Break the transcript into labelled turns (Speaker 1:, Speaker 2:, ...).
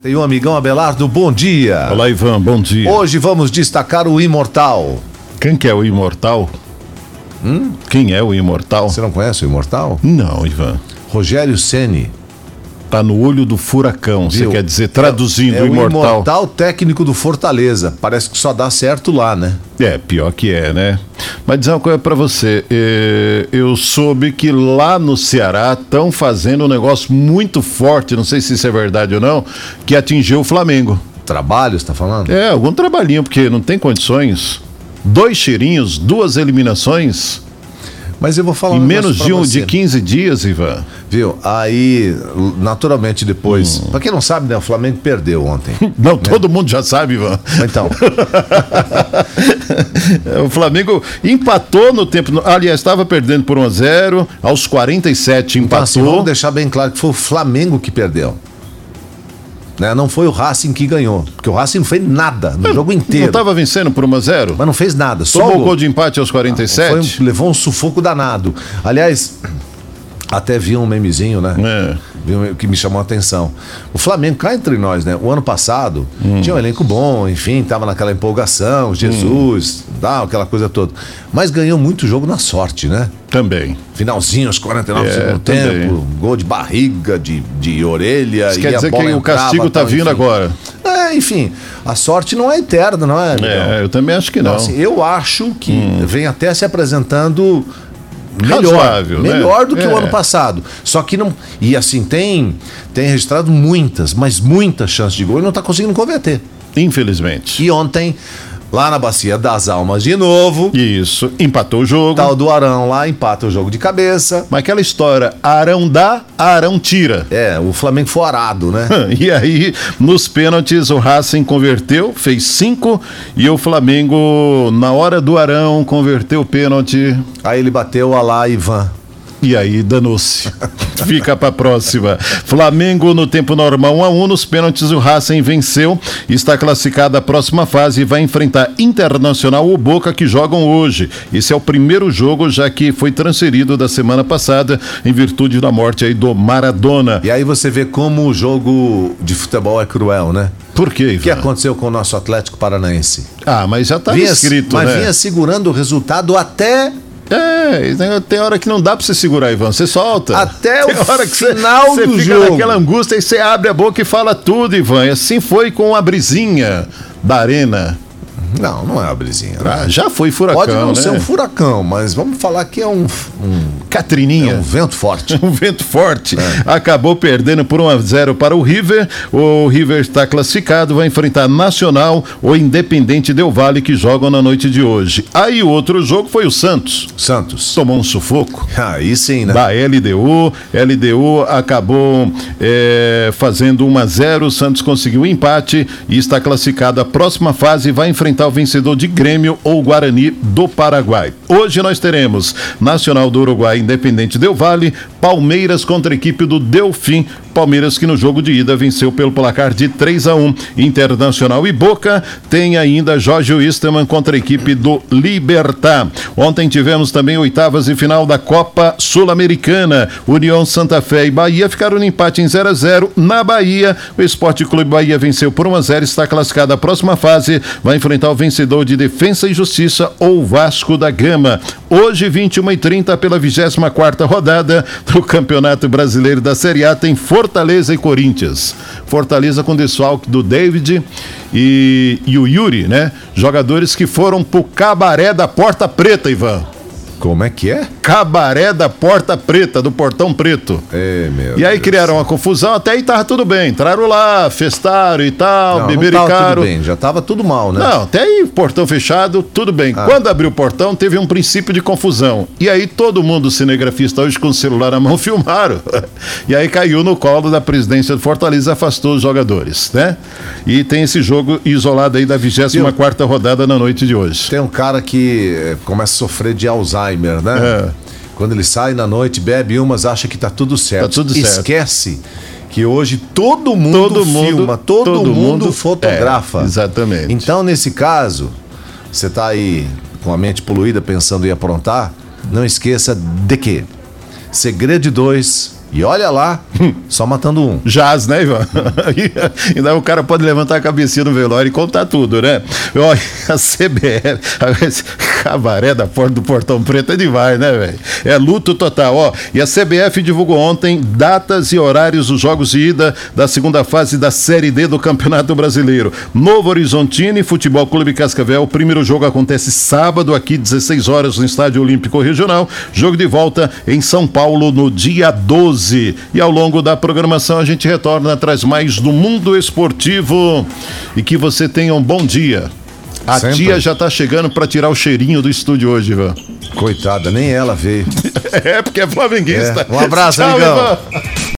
Speaker 1: Tem um amigão Abelardo, bom dia.
Speaker 2: Ah. Olá, Ivan, bom dia.
Speaker 1: Hoje vamos destacar o imortal.
Speaker 2: Quem que é o imortal?
Speaker 1: Hum?
Speaker 2: Quem é o imortal?
Speaker 1: Você não conhece o imortal?
Speaker 2: Não, Ivan.
Speaker 1: Rogério Ceni.
Speaker 2: Tá no olho do furacão. Você
Speaker 1: Viu?
Speaker 2: quer dizer, traduzindo,
Speaker 1: é
Speaker 2: o
Speaker 1: o
Speaker 2: imortal.
Speaker 1: imortal técnico do Fortaleza. Parece que só dá certo lá, né?
Speaker 2: É, pior que é, né? Mas dizer uma coisa pra você. eh, Eu soube que lá no Ceará estão fazendo um negócio muito forte, não sei se isso é verdade ou não, que atingiu o Flamengo.
Speaker 1: Trabalho, você tá falando?
Speaker 2: É, algum trabalhinho, porque não tem condições. Dois cheirinhos, duas eliminações,
Speaker 1: Mas eu vou falar
Speaker 2: em
Speaker 1: um
Speaker 2: menos
Speaker 1: negócio
Speaker 2: de,
Speaker 1: pra
Speaker 2: um,
Speaker 1: você,
Speaker 2: de 15 dias, Ivan.
Speaker 1: Viu? Aí, naturalmente depois.
Speaker 2: Hum.
Speaker 1: Pra quem não sabe, né? O Flamengo perdeu ontem.
Speaker 2: Não, todo mundo já sabe, Ivan. É,
Speaker 1: Então,
Speaker 2: O Flamengo empatou no tempo. Aliás, estava perdendo por 1 a 0 aos 47
Speaker 1: então, assim, vamos
Speaker 2: empatou.
Speaker 1: deixar bem claro que foi o Flamengo que perdeu. Né? Não foi o Racing que ganhou. Porque o Racing não fez nada no jogo
Speaker 2: não
Speaker 1: inteiro.
Speaker 2: estava vencendo por 1 a 0
Speaker 1: Mas não fez nada. Só
Speaker 2: Tomou
Speaker 1: o
Speaker 2: o gol de empate aos
Speaker 1: Foi um-
Speaker 2: 47.
Speaker 1: levou um sufoco danado. Aliás, até vi um memezinho, né?
Speaker 2: É.
Speaker 1: Vi um- que me chamou a atenção. O Flamengo cá entre nós, né? O ano passado
Speaker 2: Hum.
Speaker 1: tinha um elenco bom, enfim, tava naquela empolgação, Jesus,
Speaker 2: Hum.
Speaker 1: tal, aquela coisa toda. Mas ganhou muito jogo na sorte, né?
Speaker 2: Também.
Speaker 1: Finalzinho, aos 49 do
Speaker 2: É,
Speaker 1: segundo
Speaker 2: também.
Speaker 1: tempo, gol de barriga, de, de orelha.
Speaker 2: Isso
Speaker 1: e
Speaker 2: quer
Speaker 1: a
Speaker 2: dizer
Speaker 1: bola
Speaker 2: que o
Speaker 1: entrava,
Speaker 2: castigo tá
Speaker 1: tal,
Speaker 2: vindo
Speaker 1: enfim.
Speaker 2: agora.
Speaker 1: É, enfim, a sorte não é eterna, não é? amigão?
Speaker 2: É, eu também acho que não. Hum.
Speaker 1: Então, assim, eu acho que vem até se apresentando melhor,
Speaker 2: Razoável, né?
Speaker 1: melhor do que o
Speaker 2: É.
Speaker 1: ano passado. Só que não e assim tem tem registrado muitas, mas muitas chances de gol e não está conseguindo converter.
Speaker 2: Infelizmente.
Speaker 1: E ontem lá na bacia das almas de novo,
Speaker 2: Isso. Empatou o jogo.
Speaker 1: tal do Arão lá empata o jogo de cabeça.
Speaker 2: Mas aquela história, Arão dá, Arão tira.
Speaker 1: É, o Flamengo foi arado, né?
Speaker 2: E aí, nos pênaltis, o Racing converteu, fez cinco, e o Flamengo, na hora do Arão, converteu o pênalti,
Speaker 1: Aí ele bateu a lá Ivan.
Speaker 2: e aí danou-se. Fica pra próxima. Flamengo no tempo normal 1 a 1 nos pênaltis, o Racing venceu, está classificado à próxima fase e vai enfrentar Internacional ou Boca que jogam hoje. Esse é o primeiro jogo já que foi transferido da semana passada em virtude da morte aí do Maradona.
Speaker 1: E aí você vê como o jogo de futebol é cruel, né?
Speaker 2: Por quê,
Speaker 1: O que
Speaker 2: Ivan?
Speaker 1: aconteceu com o nosso Atlético Paranaense?
Speaker 2: Ah, mas já tá
Speaker 1: Vinha-
Speaker 2: escrito,
Speaker 1: assim, mas
Speaker 2: né?
Speaker 1: vinha segurando o resultado até
Speaker 2: É, esse negócio- tem hora que não dá pra você segurar, Ivan. Você solta.
Speaker 1: Até o
Speaker 2: Tem hora que você-
Speaker 1: final
Speaker 2: você
Speaker 1: do
Speaker 2: fica
Speaker 1: jogo.
Speaker 2: naquela angústia e você abre a boca e fala tudo, Ivan. E assim foi com a brisinha da arena.
Speaker 1: Não, não é uma brisinha. né?
Speaker 2: Ah, já foi furacão,
Speaker 1: Pode não
Speaker 2: né? Hum,
Speaker 1: ser um furacão, mas vamos falar que é um, um,
Speaker 2: Catrininha.
Speaker 1: um É. vento forte.
Speaker 2: um vento forte. Acabou perdendo por 1 a 0 para o River. O River está classificado, vai enfrentar Nacional ou Independente Del Vale que jogam na noite de hoje. Aí o outro jogo foi o Santos.
Speaker 1: Santos.
Speaker 2: Tomou um sufoco.
Speaker 1: Aí sim, né?
Speaker 2: da LDU. LDU acabou eh, fazendo 1 a 0 O Santos conseguiu o empate e está classificado à próxima fase e vai enfrentar o vencedor de Grêmio ou Guarani do Paraguai. Hoje nós teremos Nacional do Uruguai, Independente Del Vale, Palmeiras contra a equipe do Delfim. Palmeiras que no jogo de ida venceu pelo placar de 3 a 1 Internacional e Boca tem ainda Jorge Wisterman contra a equipe do Libertar. Ontem tivemos também oitavas e final da Copa Sul-Americana. União Santa Fé e Bahia ficaram no empate em 0 a 0 na Bahia. O Esporte Clube Bahia venceu por 1 a 0 está classificado à próxima fase. Vai enfrentar o vencedor de Defensa e Justiça ou Vasco da Gama. Hoje, 21h30, pela 24 rodada do Campeonato Brasileiro da Série A, tem Fortaleza e Corinthians. Fortaleza com desfalque do David e, e o Yuri, né? Jogadores que foram pro cabaré da Porta Preta, Ivan.
Speaker 1: Como é que é?
Speaker 2: Cabaré da Porta Preta, do Portão Preto.
Speaker 1: É, meu
Speaker 2: E aí
Speaker 1: Deus.
Speaker 2: criaram uma confusão, até aí tava tudo bem. Entraram lá, festaram e tal,
Speaker 1: Não, não
Speaker 2: bebericaram.
Speaker 1: tava tudo bem, já tava tudo mal, né?
Speaker 2: Não, até aí, portão fechado, tudo bem. Quando abriu o portão, teve um princípio de confusão. E aí todo mundo, cinegrafista hoje com o celular na mão, filmaram. E aí caiu no colo da presidência do Fortaleza, afastou os jogadores, né? E tem esse jogo isolado aí da 24 quarta rodada na noite de hoje.
Speaker 1: Tem um cara que eh, começa a sofrer de Alzheimer, né?
Speaker 2: É.
Speaker 1: Quando ele sai na noite, bebe umas, acha que tá tudo certo.
Speaker 2: Tá tudo certo.
Speaker 1: Esquece que hoje todo mundo
Speaker 2: Todo mundo-
Speaker 1: filma, todo,
Speaker 2: todo
Speaker 1: mundo,
Speaker 2: mundo-
Speaker 1: fotografa.
Speaker 2: é, exatamente.
Speaker 1: Então, nesse caso, você tá aí com a mente poluída pensando em aprontar, não esqueça de que segredo de dois E olha lá, só matando um.
Speaker 2: Jaz, né, Ivan? e daí o cara pode levantar a cabecinha no velório e contar tudo, né? Olha, a CBF, a cabaré da porta do Portão Preto é demais, né, velho? É luto total, ó. E a CBF divulgou ontem datas e horários dos jogos de ida da segunda fase da Série D do Campeonato Brasileiro. Novo Horizontino e Futebol Clube Cascavel. O primeiro jogo acontece sábado aqui, 16 horas, no Estádio Olímpico Regional. Jogo de volta em São Paulo no dia 12. E ao longo da programação a gente retorna, traz mais do mundo esportivo. E que você tenha um bom dia. A Sempre. tia já tá chegando para tirar o cheirinho do estúdio hoje, Ivan.
Speaker 1: Coitada, nem ela veio.
Speaker 2: é, porque é flamenguista.
Speaker 1: É. Um abraço, Tchau, amigão. Ivan.